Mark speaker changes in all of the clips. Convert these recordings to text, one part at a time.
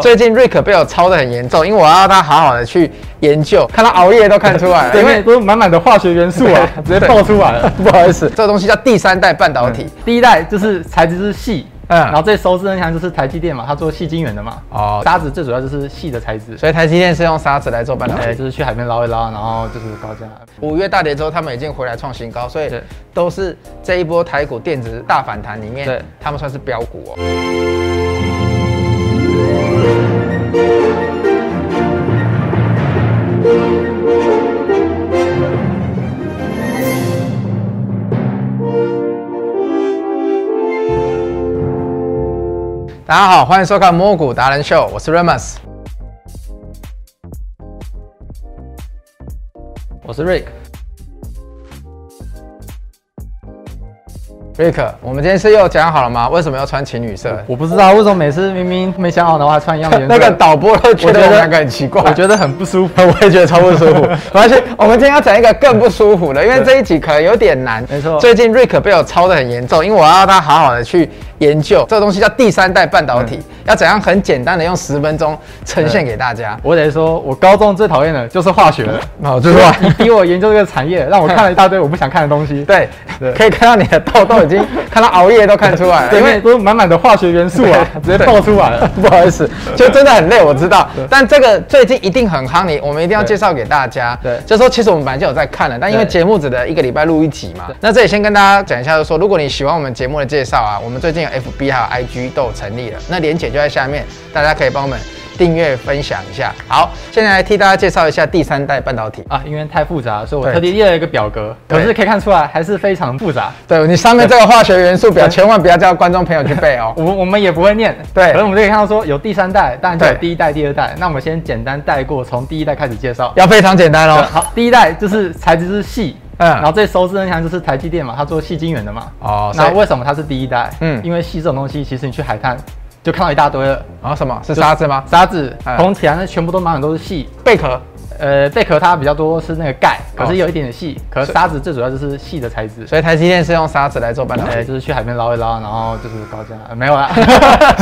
Speaker 1: 最近瑞可被我抄得很严重，因为我要让他好好的去研究，看他熬夜都看出来了，
Speaker 2: 对
Speaker 1: 因
Speaker 2: 面
Speaker 1: 为。
Speaker 2: 都是满满的化学元素啊，直接爆出来了。
Speaker 1: 不好意思，这个东西叫第三代半导体。
Speaker 2: 第一代就是材质是细，
Speaker 1: 嗯
Speaker 2: 嗯，然后最熟知的像就是台积电嘛，它做细晶圆的嘛，
Speaker 1: 哦
Speaker 2: 沙子最主要就是细的材质，
Speaker 1: 所以台积电是用沙子来做半导
Speaker 2: 哎、
Speaker 1: 体。
Speaker 2: 就是去海边捞一捞，然后就是高价。
Speaker 1: 五月大跌之后，他们已经回来创新高，所以
Speaker 2: 对
Speaker 1: 都是这一波台股电子大反弹里面
Speaker 2: 对，
Speaker 1: 他们算是标股哦。大家好，欢迎收看《摸股达人秀》，我是 Remus。
Speaker 2: 我是 Rick，
Speaker 1: 瑞克，我们今天是又讲好了吗？为什么要穿情侣色？
Speaker 2: 我不知道为什么每次明明没想好的话穿一样的颜 色，
Speaker 1: 那个啊导播都觉得我们两个很奇怪，
Speaker 2: 我觉得很不舒服。
Speaker 1: 我也觉得超不舒服。 没关系，我们今天要讲一个更不舒服的，因为这一集可能有点难。
Speaker 2: 没错
Speaker 1: 最近瑞可被我抄得很严重，因为我要让他好好的去研究这个东西叫第三代半导体，要怎样很简单的用十分钟呈现给大家。
Speaker 2: 我得说，我高中最讨厌的就是化学了，
Speaker 1: 好，就是吧？
Speaker 2: 你逼我研究这个产业，让我看了一大堆我不想看的东西。
Speaker 1: 对，
Speaker 2: 对
Speaker 1: 可以看到你的痘痘已经看到熬夜都看出来了，
Speaker 2: 对
Speaker 1: 因
Speaker 2: 面
Speaker 1: 为。
Speaker 2: 都是满满的化学元素啊，直接爆出来了。
Speaker 1: 不好意思，就真的很累，我知道。但这个最近一定很夯，你我们一定要介绍给大家。
Speaker 2: 对
Speaker 1: 就说其实我们本来就有在看了，但因为
Speaker 2: 对
Speaker 1: 节目只的一个礼拜录一集嘛。那这里先跟大家讲一下，就说如果你喜欢我们节目的介绍啊，我们最近有 FB 还有 IG 都有成立了，那连姐就在下面，大家可以帮我们订阅分享一下。好，现在来替大家介绍一下第三代半导体。
Speaker 2: 啊，因为太复杂，所以我
Speaker 1: 对
Speaker 2: 特地列了一个表格，可
Speaker 1: 对
Speaker 2: 是可以看出来还是非常复杂。
Speaker 1: 对你上面这个化学元素表，千万不要叫观众朋友去背哦。
Speaker 2: 我们我们也不会念，
Speaker 1: 对
Speaker 2: 可是我们就可以看到说有第三代，当然就有
Speaker 1: 对
Speaker 2: 第一代、第二代。那我们先简单带过，从第一代开始介绍。
Speaker 1: 要非常简单哦。
Speaker 2: 好，第一代就是材质是细，
Speaker 1: 嗯
Speaker 2: 嗯，然后最熟知的像就是台积电嘛，它做细晶圆的嘛。
Speaker 1: 哦所以
Speaker 2: 那为什么它是第一代？
Speaker 1: 嗯
Speaker 2: 嗯，因为细这种东西，其实你去海滩就看到一大堆了，
Speaker 1: 然后什么是沙子吗？
Speaker 2: 沙子
Speaker 1: 嗯、
Speaker 2: 红起来那全部都满满都是细。
Speaker 1: 贝壳。
Speaker 2: 呃，贝壳它比较多是那个钙，可
Speaker 1: 哦
Speaker 2: 是有一点点细，可是沙子最主要就是细的材质。
Speaker 1: 所以台积电是用沙子来做半导体
Speaker 2: 哎、。就是去海边捞一捞，然后就是高价、呃没有 啦，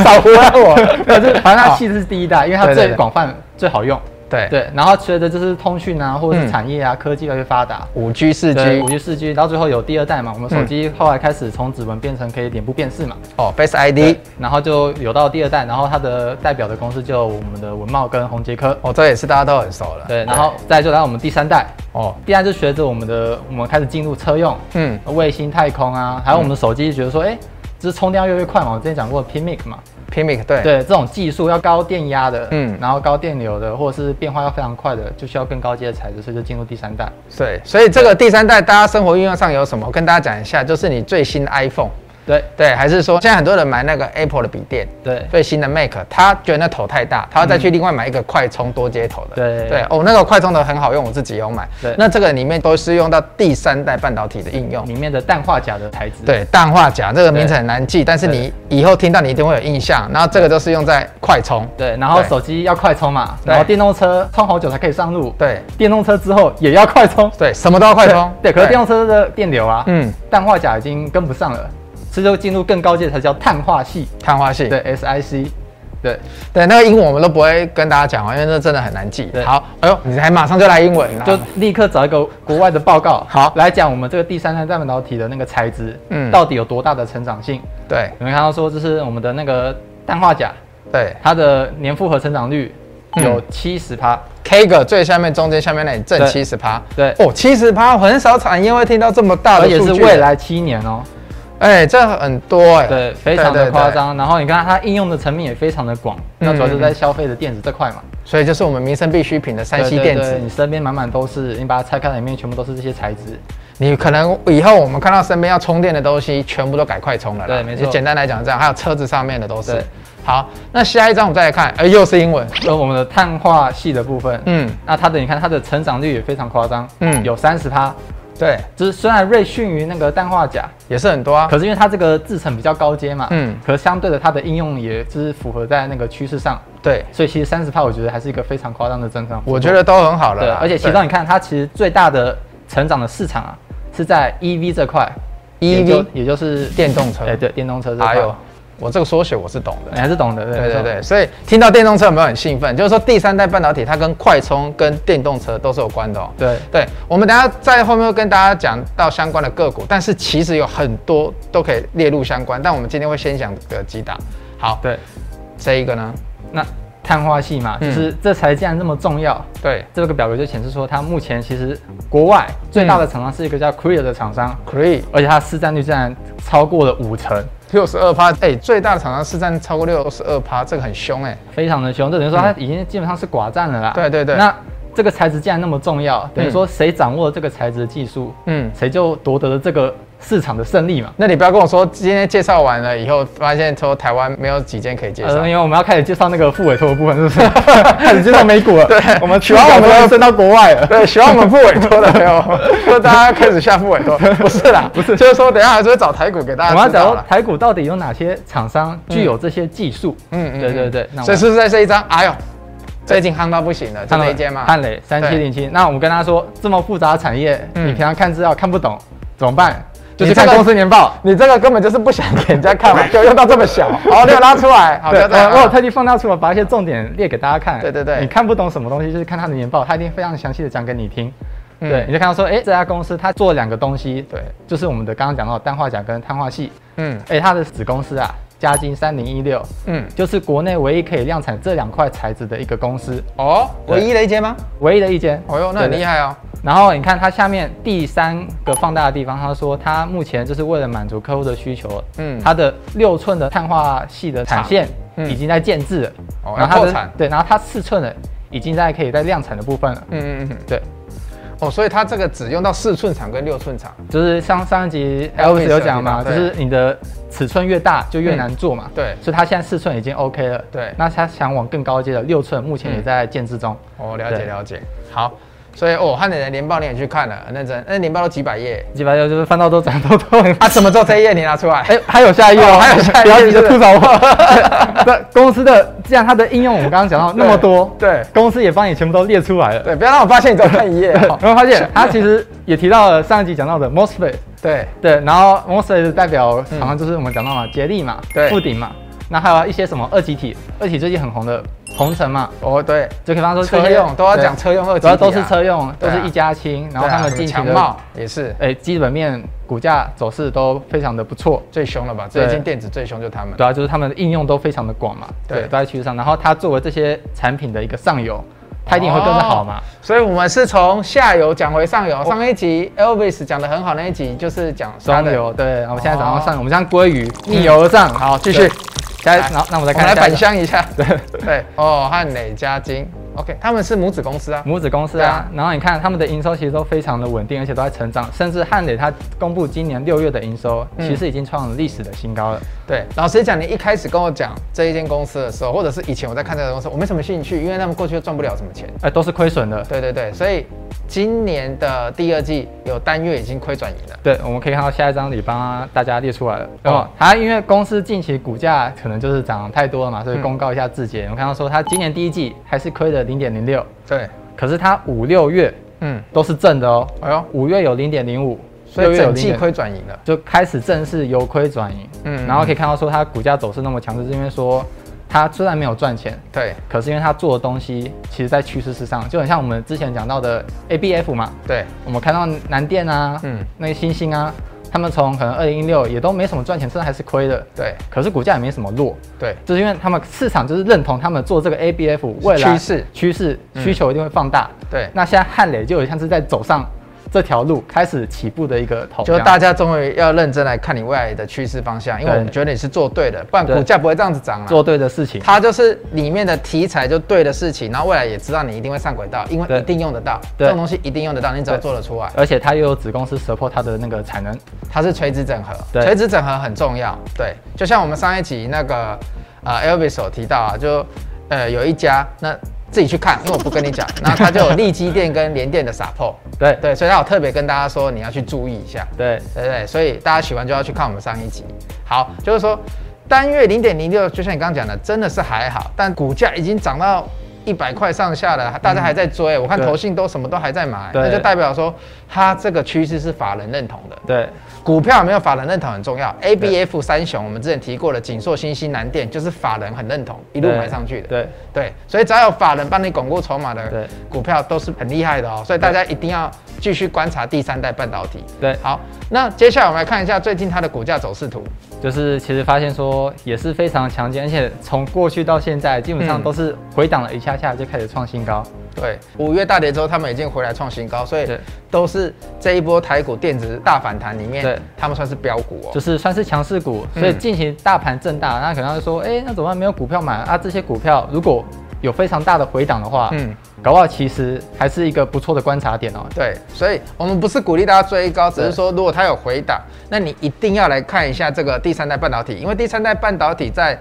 Speaker 1: 少胡
Speaker 2: 啊
Speaker 1: 乱我
Speaker 2: 没有，就是反正它气质是第一代，因为它
Speaker 1: 对对
Speaker 2: 最
Speaker 1: 对
Speaker 2: 广泛、最好用。
Speaker 1: 对
Speaker 2: 对，然后随着就是通讯啊，或者
Speaker 1: 嗯
Speaker 2: 是产业啊，科技越来越发达，
Speaker 1: 五 G 四
Speaker 2: 对，
Speaker 1: G
Speaker 2: 五 G、四 G，到最后有第二代嘛，我们手机后来开始从指纹变成可以脸部辨识嘛，
Speaker 1: 哦，Face ID
Speaker 2: 然后就有到第二代，然后它的代表的公司就我们的文茂跟宏杰科，
Speaker 1: 哦，这也是大家都很熟了。
Speaker 2: 对，然后再就来我们第三代，
Speaker 1: 哦，
Speaker 2: 第三就随着我们的我们开始进入车用，
Speaker 1: 嗯，
Speaker 2: 卫星、太空啊，还有我们的手机，觉得说，哎、就是充电要越来越快嘛，我之前讲过 PMIC 嘛，
Speaker 1: ，PMIC 对
Speaker 2: 对，这种技术要高电压的，
Speaker 1: 嗯
Speaker 2: 嗯，然后高电流的，或者是变化要非常快的，就需要更高阶的材质，所以就进入第三代。
Speaker 1: 对，所以这个第三代大家生活运用上有什么？我跟大家讲一下，就是你最新的 iPhone，
Speaker 2: 对
Speaker 1: 对，还是说现在很多人买那个 Apple 的笔电，
Speaker 2: 对
Speaker 1: 最新的 Mac，他觉得那头太大，他要再去另外买一个快充多接头的。
Speaker 2: 对
Speaker 1: 对，哦，那个快充的很好用，我自己有买。
Speaker 2: 对
Speaker 1: 那这个里面都是用到第三代半导体的应用。
Speaker 2: 里面的氮化钾的材质，，
Speaker 1: 对，氮化钾这个名字很难记，但是你以后听到你一定会有印象。然后这个都是用在快充。
Speaker 2: 对，然后
Speaker 1: 对
Speaker 2: 手机要快充嘛，
Speaker 1: 对
Speaker 2: 然后电动车充好久才可以上路，，
Speaker 1: 对
Speaker 2: 电动车之后也要快充，
Speaker 1: 对，什么都要快充。
Speaker 2: 对，可是电动车的电流啊，
Speaker 1: 嗯
Speaker 2: 嗯，氮化钾已经跟不上了，所以就进入更高阶的材质叫碳化系，
Speaker 1: 碳化系。
Speaker 2: 对，SiC，对，
Speaker 1: 对，那个英文我们都不会跟大家讲完，因为那真的很难记。
Speaker 2: 对
Speaker 1: 好，哎呦，你还马上就来英文啊了。
Speaker 2: 就立刻找一个国外的报告，
Speaker 1: 好
Speaker 2: 来讲我们这个第三代半导体的那个材质，
Speaker 1: 嗯
Speaker 2: 嗯，到底有多大的成长性？
Speaker 1: 对
Speaker 2: 你们看到说，就是我们的那个氮化钾，
Speaker 1: 对
Speaker 2: 它的年复合成长率
Speaker 1: 嗯
Speaker 2: 有七十趴，
Speaker 1: ，K 个最下面中间下面那里正
Speaker 2: 对
Speaker 1: 七十趴。
Speaker 2: 对
Speaker 1: 哦，七十趴，很少产业会听到这么大
Speaker 2: 而
Speaker 1: 的
Speaker 2: 且
Speaker 1: 数
Speaker 2: 是
Speaker 1: 据。
Speaker 2: 未，来七年哦、
Speaker 1: 哎，这很多哎。
Speaker 2: 对，非常的夸。张。然后你看它应用的层面也非常的广，那主
Speaker 1: 嗯
Speaker 2: 要就是在消费的电子这块嘛，
Speaker 1: 对对所以就是我们民生必需品的三
Speaker 2: 对
Speaker 1: C
Speaker 2: 对
Speaker 1: 电
Speaker 2: 对
Speaker 1: 子，
Speaker 2: 你身边满满都是，你把它拆开，里面全部都是这些材质。
Speaker 1: 你可能以后我们看到身边要充电的东西，全部都改快充了啦。
Speaker 2: 对没错
Speaker 1: 就简单来讲这样，还有车子上面的都是
Speaker 2: 对。
Speaker 1: 好，那下一张我们再来看，哎，又是英文。
Speaker 2: 而我们的碳化系的部分，
Speaker 1: 嗯
Speaker 2: 嗯，那它的你看它的成长率也非常夸张，
Speaker 1: 嗯
Speaker 2: 嗯，有三十趴。
Speaker 1: 对，
Speaker 2: 就是虽然瑞逊于那个氮化钾，
Speaker 1: 也是很多啊。
Speaker 2: 可是因为它这个制成比较高阶嘛，
Speaker 1: 嗯
Speaker 2: 嗯，可相对的它的应用也就是符合在那个趋势上，
Speaker 1: 对，
Speaker 2: 所以其实三十帕我觉得还是一个非常夸张的增长。
Speaker 1: 我觉得都很好了
Speaker 2: 对，啊
Speaker 1: 啦。
Speaker 2: 而且其
Speaker 1: 对
Speaker 2: 中你看它其实最大的成长的市场啊是在 EV 这块
Speaker 1: EV
Speaker 2: 也就也就是
Speaker 1: 电动车
Speaker 2: 哎对电动车这
Speaker 1: E 哎
Speaker 2: 块
Speaker 1: 呦，我这个缩写我是懂
Speaker 2: 你
Speaker 1: 的。
Speaker 2: 还是懂得，对
Speaker 1: 对对
Speaker 2: 没错
Speaker 1: 对，所以听到电动车有没有很兴奋？就是说第三代半导体它跟快充跟电动车都是有关的哦。
Speaker 2: 对
Speaker 1: 对，我们等一下在后面会跟大家讲到相关的个股，但是其实有很多都可以列入相关，但我们今天会先讲个几档。好，
Speaker 2: 对。
Speaker 1: 这一个呢？
Speaker 2: 那碳化系嘛，就
Speaker 1: 嗯
Speaker 2: 是这才既然这么重要，
Speaker 1: 对
Speaker 2: 这个表格就显示说，它目前其实国外最大的厂商是一个叫 Korea 的厂商，
Speaker 1: ，Cree
Speaker 2: 而且它市占率竟然超过了五成，
Speaker 1: 六十二趴，哎、最大的厂商市占超过六十二趴，这个很凶哎、
Speaker 2: 非常的凶，这等于说它已经基本上是寡占了啦。
Speaker 1: 嗯对对对
Speaker 2: 那这个材质既然那么重要，等于说谁掌握了这个材质的技术，
Speaker 1: 嗯，
Speaker 2: 谁就夺得了这个市场的胜利嘛。
Speaker 1: 那你不要跟我说今天介绍完了以后，发现说台湾没有几间可以介绍。
Speaker 2: 呃，因为我们要开始介绍那个副委托的部分，是 不是？开始介绍美股了。
Speaker 1: 对
Speaker 2: 我们
Speaker 1: 喜欢我们的
Speaker 2: 要升到国外 了。
Speaker 1: 对，喜欢我们副委托的朋友，说 大家开始下副委托，不是 啦，不是，就是说等一下还是会找台股给大
Speaker 2: 我们
Speaker 1: 家
Speaker 2: 要
Speaker 1: 知道
Speaker 2: 找
Speaker 1: 啦。
Speaker 2: 台股到底有哪些厂商具有这些技术？
Speaker 1: 嗯
Speaker 2: 对对对。那我
Speaker 1: 所以是不是在这一张？哎呦，最近夯到不行了，就
Speaker 2: 看到
Speaker 1: 这一间嘛。
Speaker 2: 汉磊三七零七。那我们跟他说，这么复杂的产业，
Speaker 1: 嗯
Speaker 2: 你平常看资料看不懂怎么办？就
Speaker 1: 你
Speaker 2: 是看
Speaker 1: 这个
Speaker 2: 公司年报。
Speaker 1: 你这个根本就是不想给人家看 嘛，就用到这么小，好，你哦有拉出 来，好，不
Speaker 2: 对，
Speaker 1: 要这样
Speaker 2: 呃我有
Speaker 1: 啊。
Speaker 2: 特地放大出来，把一些重点列给大家看。
Speaker 1: 对对对
Speaker 2: 你看不懂什么东西，就是看他的年报，他一定非常详细的讲给你听。
Speaker 1: 嗯
Speaker 2: 对，你就看到说，哎，这家公司它做了两个东西，
Speaker 1: 对，
Speaker 2: 就是我们的刚刚讲到的氮化钾跟碳化系。
Speaker 1: 嗯
Speaker 2: 哎，它的子公司啊，嘉金三零一六，
Speaker 1: 嗯，
Speaker 2: 就是国内唯一可以量产这两块材质的一个公司，
Speaker 1: 哦，
Speaker 2: 对
Speaker 1: 唯一的一间吗？
Speaker 2: 唯一的一间。
Speaker 1: 哦哟，那很厉
Speaker 2: 害。
Speaker 1: 害哦。
Speaker 2: 然后你看它下面第三个放大的地方，他说它目前就是为了满足客户的需求，
Speaker 1: 嗯
Speaker 2: 嗯，它的六寸的碳化系的产线
Speaker 1: 嗯
Speaker 2: 已经在建制了，
Speaker 1: 哦
Speaker 2: 然后它
Speaker 1: 要扩
Speaker 2: 的
Speaker 1: 产
Speaker 2: 对，然后它四寸的已经在可以在量产的部分了，
Speaker 1: 嗯嗯嗯嗯，
Speaker 2: 对，
Speaker 1: 哦，所以它这个只用到四寸厂跟六寸厂。
Speaker 2: 就是像上一集
Speaker 1: Elvis
Speaker 2: Elvis 有讲嘛，
Speaker 1: 有提
Speaker 2: 就
Speaker 1: 到对
Speaker 2: 是你的尺寸越大就越难做嘛，
Speaker 1: 对
Speaker 2: 所以它现在四寸已经 OK 了，
Speaker 1: 对
Speaker 2: 那它想往更高阶的六寸，目前也在建制中，
Speaker 1: 哦，了解
Speaker 2: 对
Speaker 1: 了解。好，所以哦，汉磊的年报你也去看了，很认真，那年报都几百页
Speaker 2: 基本上就是翻到都涨到都很
Speaker 1: 啊？什么时候这一页你拿出来？
Speaker 2: 哎、还有下一页哦，
Speaker 1: 哦还有下一页
Speaker 2: 不要急
Speaker 1: 是
Speaker 2: 着
Speaker 1: 不是
Speaker 2: 吐槽我。对，公司的既然它的应用我们刚刚讲到那么多，
Speaker 1: 对对
Speaker 2: 公司也帮你全部都列出来了。
Speaker 1: 对，不要让我发现你只有看一 页
Speaker 2: 对，
Speaker 1: 哦
Speaker 2: 有。没有发现它其实也提到了上一集讲到的 MOSFET，
Speaker 1: 对，
Speaker 2: 对，然后 MOSFET 代表常常就是我们讲到嘛，杰力嘛，
Speaker 1: 嗯对
Speaker 2: 负顶嘛，那还有一些什么二极体，二极最近很红的红尘嘛，
Speaker 1: 哦对，
Speaker 2: 就可以方说这
Speaker 1: 车
Speaker 2: 些
Speaker 1: 用都要讲
Speaker 2: 对
Speaker 1: 车用二
Speaker 2: 主
Speaker 1: 级、啊，
Speaker 2: 要都是车用，都
Speaker 1: 对啊
Speaker 2: 是一家亲，
Speaker 1: 对
Speaker 2: 然
Speaker 1: 啊，
Speaker 2: 后他们
Speaker 1: 什么
Speaker 2: 近期
Speaker 1: 强
Speaker 2: 的
Speaker 1: 茂也是
Speaker 2: 哎基本面股价走势都非常的不错。
Speaker 1: 最凶了吧？最
Speaker 2: 对
Speaker 1: 近电子最凶就他们。
Speaker 2: 对啊，就是他们的应用都非常的广嘛，
Speaker 1: 对
Speaker 2: 对，都在趋势上。然后它作为这些产品的一个上游，它一定会跟着好嘛
Speaker 1: 哦。所以我们是从下游讲回上游。上一集 Elvis 讲的很好，那一集就是讲它
Speaker 2: 双
Speaker 1: 的。
Speaker 2: 游，对。然后我们现在早上上，
Speaker 1: 哦
Speaker 2: 我们像鲑鱼逆游而上，
Speaker 1: 好，继续
Speaker 2: 对。下一，然后那我们再
Speaker 1: 我们
Speaker 2: 看
Speaker 1: 来
Speaker 2: 下一
Speaker 1: 反
Speaker 2: 个
Speaker 1: 向一下。对对，哦，汉磊嘉金，OK，他们是母子公司啊。
Speaker 2: 母子公司
Speaker 1: 对
Speaker 2: 啊
Speaker 1: 啊。
Speaker 2: 然后你看他们的营收其实都非常的稳定，而且都在成长，甚至汉磊它公布今年六月的营收，
Speaker 1: 嗯
Speaker 2: 其实已经创了历史的新高了。
Speaker 1: 对，老实讲，你一开始跟我讲这一间公司的时候，或者是以前我在看这个公司，我没什么兴趣，因为他们过去都赚不了什么钱。
Speaker 2: 哎，都是亏损的。
Speaker 1: 对对对，所以今年的第二季有单月已经亏转盈了。
Speaker 2: 对，我们可以看到下一张里帮大家列出来了。
Speaker 1: 哦
Speaker 2: 哦，它因为公司近期股价可能就是涨太多了嘛，所以公告一下字节。我们看到说它今年第一季还是亏了零点零六，
Speaker 1: 对，
Speaker 2: 可是它五六月
Speaker 1: 嗯，
Speaker 2: 都是正的哦。
Speaker 1: 哎呦，
Speaker 2: 五月有零点零五，
Speaker 1: 所以整
Speaker 2: 零
Speaker 1: 季亏转盈了。
Speaker 2: 就开始正式由亏转盈。
Speaker 1: 嗯
Speaker 2: 嗯，然后可以看到说它股价走势那么强，就是因为说它虽然没有赚钱。
Speaker 1: 对
Speaker 2: 可是因为它做的东西，其实在趋势之上，就很像我们之前讲到的 ABF 嘛，
Speaker 1: 对，
Speaker 2: 我们看到南电啊，
Speaker 1: 嗯
Speaker 2: 嗯，那些星星啊，他们从可能二零一六也都没什么赚钱，甚至还是亏的，
Speaker 1: 对
Speaker 2: 可是股价也没什么落，
Speaker 1: 对，
Speaker 2: 就是因为他们市场就是认同他们做这个 ABF 未来
Speaker 1: 趋势嗯
Speaker 2: 趋势需求一定会放大，
Speaker 1: 对
Speaker 2: 那现在汉磊就有像是在走上这条路开始起步的一个头，
Speaker 1: 就
Speaker 2: 这样
Speaker 1: 大家终于要认真来看你未来的趋势方向，因为
Speaker 2: 对
Speaker 1: 我们觉得你是做对的，不然
Speaker 2: 对
Speaker 1: 股价不会这样子涨了。
Speaker 2: 做对的事情，
Speaker 1: 它就是里面的题材就对的事情，然后未来也知道你一定会上轨道，因为
Speaker 2: 对
Speaker 1: 一定用得到这
Speaker 2: 对
Speaker 1: 种东西，一定用得到，你只要
Speaker 2: 对
Speaker 1: 做得出来。
Speaker 2: 而且它又有子公司 support 它的那个产能，
Speaker 1: 它是垂直整合，
Speaker 2: 对
Speaker 1: 垂直整合很重要。对，就像我们上一集那个呃 Elvis 有提到啊，就呃有一家那自己去看，因为我不跟你讲，那它就有利基店跟联电的撒破，
Speaker 2: 对
Speaker 1: 对，所以它有特别跟大家说你要去注意一下，
Speaker 2: 对
Speaker 1: 对不对？所以大家喜欢就要去看我们上一集。好，就是说单月零点零六，就像你刚刚讲的，真的是还好，但股价已经涨到。一百块上下了，大家还在追，我看
Speaker 2: 嗯对
Speaker 1: 投信都什么都还在买，
Speaker 2: 对
Speaker 1: 那就代表说它这个趋势是法人认同的。
Speaker 2: 对，
Speaker 1: 股票有没有法人认同很重要。A、B、F 三雄，我们之前提过的锦硕、新兴、南电，就是法人很认同，一路
Speaker 2: 对
Speaker 1: 买上去的。
Speaker 2: 对
Speaker 1: 对，所以只要有法人帮你巩固筹码的
Speaker 2: 对
Speaker 1: 股票，都是很厉害的哦。所以大家一定要继续观察第三代半导体。
Speaker 2: 对
Speaker 1: 好，那接下来我们来看一下最近它的股价走势图。
Speaker 2: 就是其实发现说也是非常强劲，而且从过去到现在基本上
Speaker 1: 嗯
Speaker 2: 都是回档了一下下就开始创新高。
Speaker 1: 对，五月大跌之后，他们已经回来创新高，所以
Speaker 2: 对
Speaker 1: 都是这一波台股电子大反弹里面
Speaker 2: 对，
Speaker 1: 他们算是标股哦。
Speaker 2: 就是算是强势股，所以
Speaker 1: 嗯
Speaker 2: 近期大盘震荡，那可能他就说，哎、那怎么办没有股票买啊？这些股票如果有非常大的回档的话，
Speaker 1: 嗯
Speaker 2: 嗯，搞不好其实还是一个不错的观察点哦。
Speaker 1: 对，所以我们不是鼓励大家追高，只是
Speaker 2: 对
Speaker 1: 说如果它有回档，那你一定要来看一下这个第三代半导体，因为第三代半导体在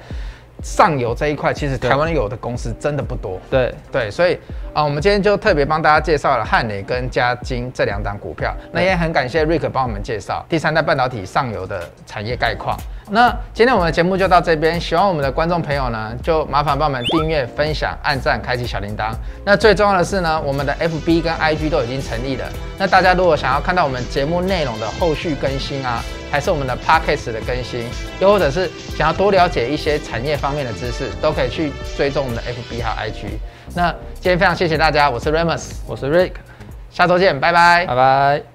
Speaker 1: 上游这一块，其实
Speaker 2: 对
Speaker 1: 台湾有的公司真的不多。
Speaker 2: 对，
Speaker 1: 对，所以啊、我们今天就特别帮大家介绍了汉磊跟嘉金这两档股票。那也很感谢瑞克帮我们介绍第三代半导体上游的产业概况。那今天我们的节目就到这边，喜欢我们的观众朋友呢，就麻烦帮我们订阅、分享、按赞、开启小铃铛。那最重要的是呢，我们的 FB 跟 IG 都已经成立了。那大家如果想要看到我们节目内容的后续更新啊，还是我们的 Podcast 的更新，又或者是想要多了解一些产业方面的知识，都可以去追踪我们的 FB 和 IG。那今天非常谢谢大家，我是 Remus，
Speaker 2: 我是 Rick，哎
Speaker 1: 下周见，拜拜
Speaker 2: 拜。拜。